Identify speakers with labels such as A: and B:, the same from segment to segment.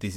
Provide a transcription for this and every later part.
A: This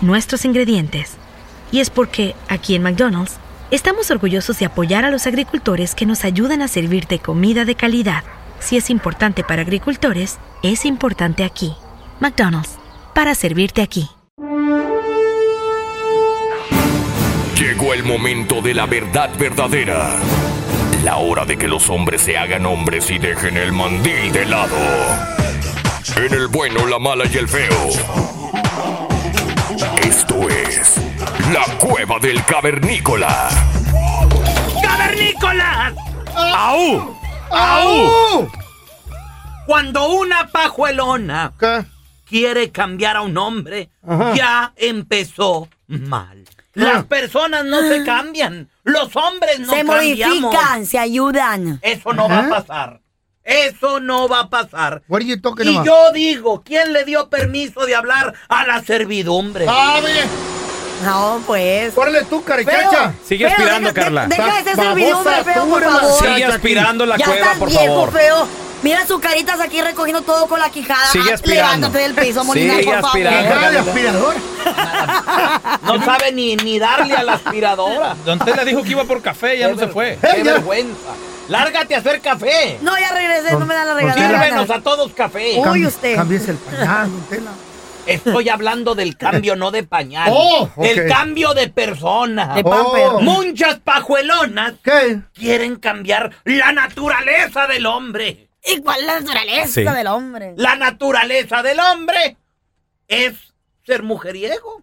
B: nuestros ingredientes. Y es porque, aquí en McDonald's, estamos orgullosos de apoyar a los agricultores que nos ayudan a servirte comida de calidad. Si es importante para agricultores, es importante aquí. McDonald's, para servirte aquí.
C: Llegó el momento de la verdad verdadera. La hora de que los hombres se hagan hombres y dejen el mandil de lado. En el bueno, la mala y el feo. Esto es la cueva del cavernícola.
D: ¡Cavernícola! ¡Au! ¡Au! Cuando una pajuelona quiere cambiar a un hombre, ya empezó mal. Las personas no se cambian. Los hombres no
E: se
D: cambiamos.
E: modifican, se ayudan.
D: Eso no va a pasar. Eso no va a pasar.
F: What are you talking
D: Y
F: about?
D: yo digo, ¿quién le dio permiso de hablar a la servidumbre?
F: ¡Sabe!
E: No, pues.
F: ¡Córrele tú, caricacha!
G: Sigue aspirando,
E: deja-
G: Carla.
E: de- Deja de ser
F: Babosa
E: servidumbre, feo,
F: tú,
E: por
F: hermano.
E: favor.
G: Sigue aspirando la
E: ya
G: cueva,
E: estás
G: por
E: viejo,
G: favor.
E: feo. Mira sus caritas aquí recogiendo todo con la quijada.
G: Sigue
E: Ah,
G: aspirando.
E: Levántate del piso, Molina,
G: Sigue
E: por
G: aspirando.
E: favor.
F: ¡Cara de aspirador!
D: No sabe ni, ni darle a la aspiradora.
G: Don Tela dijo que iba por café, ya no se fue.
D: ¡Qué vergüenza! ¡Lárgate a hacer café!
E: No, ya regresé, no me dan la
F: qué
D: ¡Sírvenos
E: regalada.
D: a todos café!
E: Uy,
F: Cambie-
E: usted.
F: Cámbiese el pañal, don Tela.
D: Estoy hablando del cambio, no de pañal.
F: Oh, ok.
D: Del cambio de persona.
E: De pamper.
F: Oh.
D: Muchas pajuelonas
F: ¿Qué?
D: quieren cambiar la naturaleza del hombre.
E: ¿Y cuál es la naturaleza
G: Sí.
E: del hombre?
D: La naturaleza del hombre es ser mujeriego.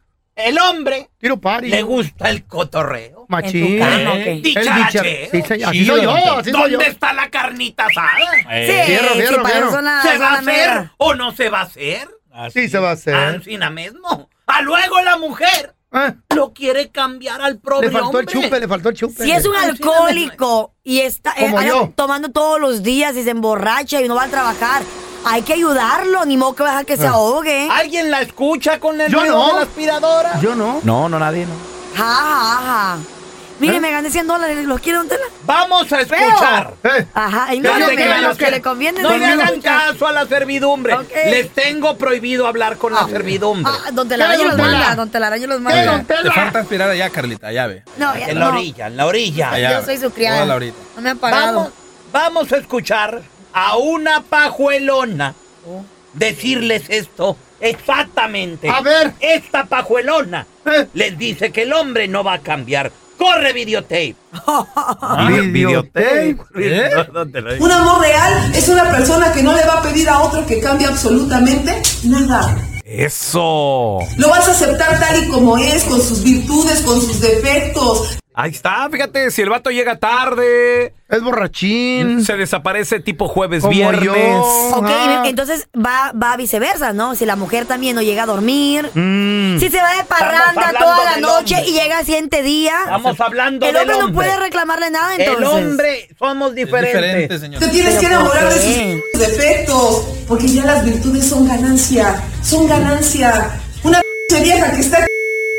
D: El hombre
F: Tiro party.
D: le gusta el cotorreo.
F: Machín.
E: En tu cama,
D: ¿Eh?
E: ok.
F: ¿Eh? El
D: Dicharachero.
F: dichar- Sí, señor. Así
G: Chido,
F: soy yo,
G: don Tela.
F: así soy
D: ¿Dónde
F: yo.
D: está la carnita asada?
E: Sí,
F: Eh, fierro,
E: sí,
F: fierro,
E: para eso
F: fierro.
E: son las-
D: ¿Se
E: son
D: va a
E: las meras.
D: hacer o no se va a hacer?
F: Sí se va a
E: Ah,
F: hacer.
D: Ancina mismo. A luego la mujer
F: Ah,
D: lo quiere cambiar al propio
F: Le faltó el
D: hombre.
F: chupe, le faltó el chupe.
E: Si es un
D: Ay,
E: alcohólico y está eh,
F: Como
E: anda
F: yo.
E: tomando todos los días y se emborracha y no va a trabajar, hay que ayudarlo, ni modo que dejar
F: Ah.
E: que se ahogue. Ja,
D: ¿Alguien la escucha con el
F: Yo
D: ruido
F: no.
D: de la aspiradora?
F: Yo no.
G: No, no, nadie, no.
E: ja, ja. Mire, me gané 100 dólares, ¿los quiero, don Tela?
D: Vamos a escuchar.
F: Eh,
E: Ajá, y
F: Que
E: no,
F: yo
E: no,
F: te
E: pero
F: creo
E: los que
F: que-
E: le conviene.
D: No
E: don
D: le
E: Tela.
D: hagan caso a la servidumbre.
E: Ok.
D: Les tengo prohibido hablar con la servidumbre.
E: Ah, don Telaraño
F: ¿Qué,
E: los
F: don Tela?
E: manda, don Telaraño los
F: ¿Qué,
E: manda.
F: don Tela?
G: aspirar allá, Carlita, allá ve.
E: No, ya
D: en la
E: no,
D: orilla, en la orilla.
G: Allá.
E: yo soy su criada.
G: Toda la orilla.
E: No me han
D: Vamos,
E: pagado.
D: vamos a escuchar a una pajuelona
E: Oh.
D: decirles esto exactamente.
F: A ver.
D: Esta pajuelona
F: Eh.
D: les dice que el hombre no va a cambiar. ¡Corre videotape!
F: Videotape.
D: Eh.
H: Un amor real es una persona que no le va a pedir a otro que cambie absolutamente nada.
G: Eso.
H: Lo vas a aceptar tal y como es, con sus virtudes, con sus defectos.
G: Ahí está, fíjate, si el vato llega tarde. Es borrachín. Se desaparece tipo jueves, viernes.
E: Ok,
F: Ah.
G: Ah.
E: entonces va, va viceversa, ¿no? Si la mujer también no llega a dormir.
G: Mm.
E: Si se va de parranda
D: hablando
E: toda la
D: del
E: noche
D: hombre.
E: y llega al siguiente día.
D: Estamos hablando
E: El
D: del
E: hombre no
D: hombre.
E: puede reclamarle nada, entonces.
D: El hombre, somos diferentes.
H: Te tienes que enamorar de sus defectos, porque ya las virtudes son ganancia, son ganancia. Una p- vieja que está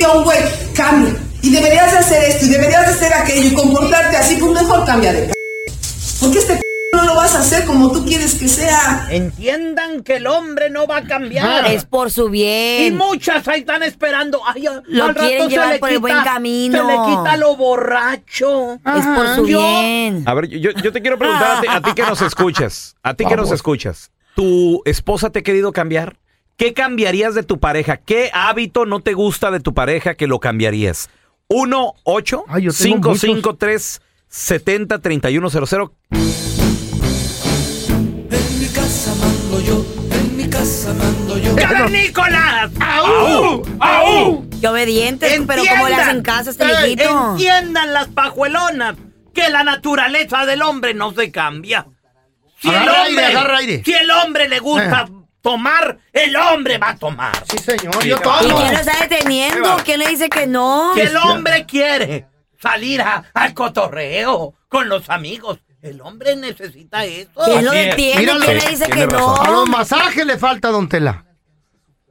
H: a un güey, cambia. Y deberías de hacer esto, y deberías de hacer aquello, y comportarte así, pues mejor cambia de p- Porque este p- no lo vas a hacer como tú quieres que sea.
D: Entiendan que el hombre no va a cambiar.
E: Es por su bien.
D: Y muchas ahí están esperando. Ay, a-
E: Lo
D: al rato
E: quieren
D: se
E: llevar
D: le
E: por el buen
D: quita-
E: camino.
D: Se le quita lo borracho.
E: Es por su
D: Yo-
E: bien.
G: A ver, yo, yo te quiero preguntar a ti, a ti que nos escuchas. A ti que nos escuchas. ¿Tu esposa te ha querido cambiar? ¿Qué cambiarías de tu pareja? ¿Qué hábito no te gusta de tu pareja que lo cambiarías? 1 8
F: yo tengo
G: 553 70 3100
H: En mi casa mando yo, en mi casa mando yo.
D: ¡Nicolás! ¡Au! ¡Au!
E: Y obedientes, pero como le hacen caso a este
D: Ey,
E: viejito.
D: Entiendan las pajuelonas que la naturaleza del hombre no se cambia. Si el
F: Agarra
D: hombre,
F: aire, agarra aire. Eh.
D: Si el hombre le gusta tomar, el hombre va a tomar.
F: Sí, señor, yo
E: ¿Y
F: tomo.
E: quién lo está deteniendo? ¿Quién le dice que no?
D: Si el hombre quiere salir a- al cotorreo con los amigos, el hombre necesita eso.
E: ¿Quién lo
G: Así es.
E: detiene?
F: Míralo.
E: ¿Quién le
F: Sí,
E: dice que
G: tiene
E: no?
G: razón.
F: A los masajes le falta, don Tela.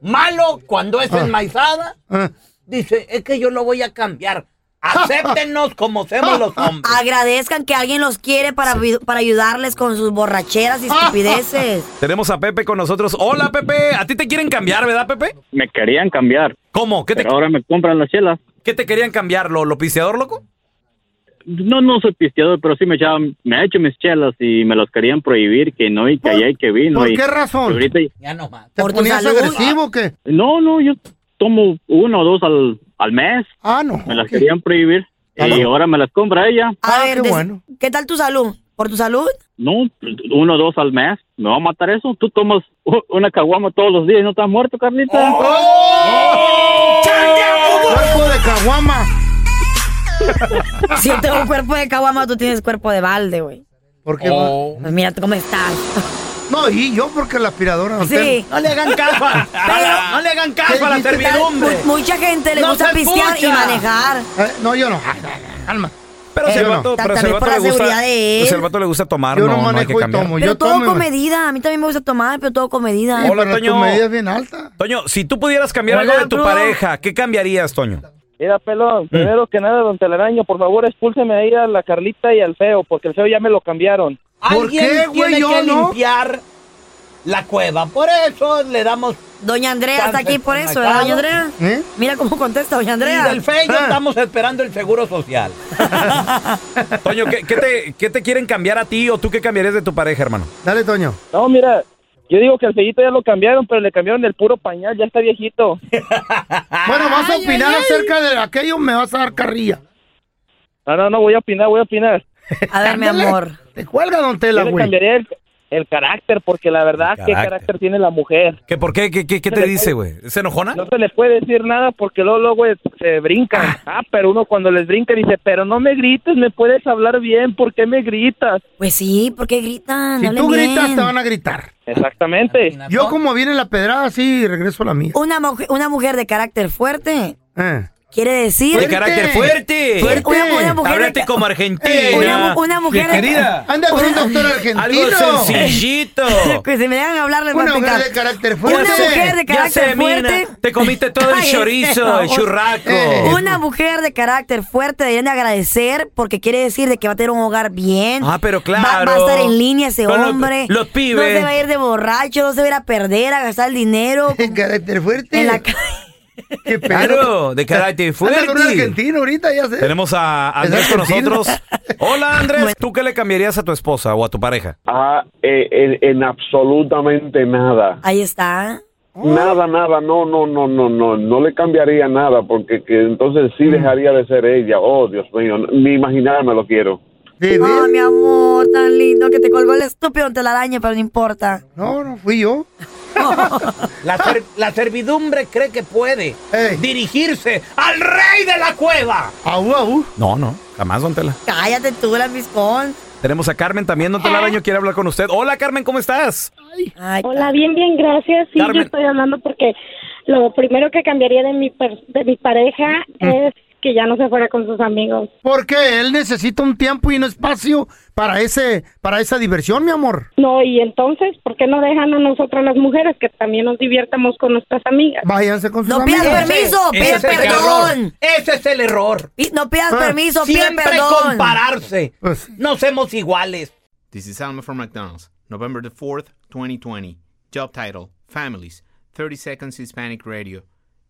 D: Malo cuando es enmaizada,
F: Ah.
D: dice, es que yo lo voy a cambiar. Acéptennos como
F: Ah.
D: somos los hombres.
E: Agradezcan que alguien los quiere para, vi- para ayudarles con sus borracheras y estupideces.
G: Tenemos a Pepe con nosotros. Hola, Pepe. A ti te quieren cambiar, ¿verdad, Pepe?
I: Me querían cambiar,
G: ¿Cómo? ¿Qué te,
I: pero ahora me compran las chelas.
G: qué te querían cambiar? ¿Lo, lo pisteador, loco?
I: No, no soy pisteador, pero sí me echaban, me ha hecho mis chelas y me los querían prohibir, que no y que allá y que vino.
F: ¿Por
I: y-
F: qué razón?
I: y ahorita,
D: Ya no más.
F: ¿Te
E: Por tu
F: ponías
E: salud.
F: agresivo o qué?
I: no, no, yo tomo uno o dos al, al mes.
F: Ah, no.
I: Me las
F: ok.
I: querían prohibir
F: Ah,
I: y
F: no.
I: ahora me las compra ella.
E: A
F: Ah,
E: ver,
F: qué
E: des-
F: bueno.
E: ¿qué tal tu salud? ¿Por tu salud?
I: No, uno o dos al mes. ¿Me va a matar eso? Tú tomas u- una caguama todos los días y no estás muerto, Carlita.
F: Cuerpo de caguama.
E: Si yo tengo cuerpo de caguama, tú tienes cuerpo de balde, güey.
F: ¿Por qué?
D: Oh.
E: Pues mira cómo estás.
F: No, y yo porque la aspiradora. don Tela.
E: Sí.
D: No le hagan caso a, a la, no le hagan caso a la
F: ¿Qué dijiste?
D: servidumbre.
E: Mu- mucha gente le
D: No
E: gusta
D: se
E: pistear y
D: escucha.
E: manejar.
F: Eh, no, yo no. Ay, ay, ay, Calma.
G: Pero
F: Eh,
G: si al
F: yo no.
G: vato, pero
E: Tal
G: si al
E: vez por
G: vato le
E: la
G: gusta.
E: seguridad de él.
G: si al Pues vato le gusta tomar,
F: Yo
G: no,
F: no
G: no hay que
F: manejo y
G: cambiar.
F: tomo.
E: Pero
F: Yo
E: todo
F: tomo. y
E: con
F: me-
E: medida. A mí también me gusta tomar, pero todo con medida.
F: Sí,
G: Hola,
F: pero
G: Toño.
F: Tu medida es bien alta.
G: Toño, si tú pudieras cambiar
E: Hola,
G: algo de tu
E: bro.
G: pareja, ¿qué cambiarías, Toño?
I: Mira, pelón, primero que nada, don Telaraño, por favor, expúlseme ahí a la Carlita y al feo, porque el feo ya me lo cambiaron.
F: ¿Por
D: Alguien
F: qué, güey?
D: tiene
F: Yo
D: que
F: no.
D: limpiar la cueva. Por eso le damos.
E: Doña Andrea está aquí por eso, ¿verdad,
D: Claro.
E: doña Andrea?
F: ¿Eh?
E: Mira cómo contesta doña
D: Y
E: Andrea.
D: del fe yo
F: Ah.
D: estamos esperando el seguro social.
G: Toño, ¿qué, qué te, qué te quieren cambiar a ti o tú qué cambiarías de tu pareja, hermano?
F: Dale, Toño.
I: No, mira, yo digo que el feillito ya lo cambiaron, pero le cambiaron el puro pañal, ya está viejito.
F: Bueno, vas a opinar acerca de aquello, me vas a dar carrilla.
I: No, no, no, voy a opinar, voy a opinar.
E: A ver, mi
F: Ándale.
E: amor.
F: Te cuelga, don
I: Yo
F: Tela,
I: le
F: güey.
I: cambiaría el, el carácter, porque la verdad,
G: El
I: ¿qué
G: carácter.
I: carácter tiene la mujer?
G: ¿Qué, ¿Por qué? ¿Qué, qué, qué te dice, güey? ¿Es enojona?
I: No se le puede decir nada porque luego, luego eh, se brincan. Ah, pero uno cuando les brinca dice, pero no me grites, me puedes hablar bien, ¿por qué me gritas?
E: Pues sí, porque gritan.
F: Si
E: Hablen
F: tú gritas,
E: bien.
F: te van a gritar.
I: Exactamente.
F: Yo como viene la pedrada, sí, regreso a la mía.
E: una, mujer, una mujer de carácter fuerte
F: Eh.
E: quiere
G: ¡De
E: decir.
F: Fuerte.
G: carácter fuerte!
F: Fuerte.
E: Una, una mujer de
G: ¡Háblate
E: ca-
G: como argentina!
E: una, mu- una mujer de-
F: Anda con un doctor
G: ¡Algo
F: argentino.
G: sencillito!
E: que si me dejan hablar, les voy a
F: Una mujer
E: picar.
F: de carácter
E: Una
F: fuerte.
E: mujer de
G: Ya
E: carácter
G: sé, mina,
E: fuerte.
G: te comiste todo el
E: Ay, este
G: chorizo, el
E: baboso.
G: churraco.
F: Eh.
E: Una mujer de carácter fuerte deberían de agradecer porque quiere decir de que va a tener un hogar bien.
G: Ah, pero
E: Va- Va, a
G: claro.
E: estar en línea ese
G: Con los-
E: hombre.
G: los pibes.
E: No se va a ir de borracho, no se va a ir a perder, a gastar el dinero
F: De carácter fuerte.
E: en la calle.
F: Qué pedo.
G: Claro, de carácter
F: Anda con
G: fuerte.
F: un argentino ahorita, ya sé.
G: Tenemos a Andrés
F: Es
G: con
F: argentino.
G: nosotros. Hola, Andrés. ¿Tú qué le cambiarías a tu esposa o a tu pareja?
J: Ah, eh, en, en absolutamente nada.
E: Ahí está.
J: Nada, nada, no, no, no, no, no, no le cambiaría nada porque que entonces
F: Mm.
J: sí dejaría de ser ella. Oh, Dios mío, ni imaginarme lo quiero.
F: De ver-
E: Ay, mi amor, tan lindo que te colgó el estúpido en telaraña, pero no importa.
F: No, no fui yo.
D: La, ser- la servidumbre cree que puede dirigirse al rey de la cueva.
F: Au, au.
G: No, no, jamás, don Tela.
E: Cállate tú, la miscón.
G: Tenemos a Carmen también, don Tela Baño quiere hablar con usted. Hola, Carmen, ¿cómo estás?
K: Hola, bien, bien, gracias. Sí, yo estoy hablando porque lo primero que cambiaría de mi, per- de mi pareja es que ya no se fuera con sus amigos.
F: Porque él necesita un tiempo y un espacio para ese, para esa diversión, mi amor.
K: No, y entonces, ¿por qué no dejan a nosotras las mujeres que también nos diviertamos con nuestras amigas?
F: Váyanse con
E: No pidas permiso, pide
D: Ese es el error.
E: perdón.
D: Ese es el error.
E: No pidas permiso, pide
D: Siempre
E: perdón.
D: compararse.
F: Pues,
D: No somos iguales.
A: This is Alma from McDonald's, November the 4th, 2020. Job title Families, 30 Seconds Hispanic Radio.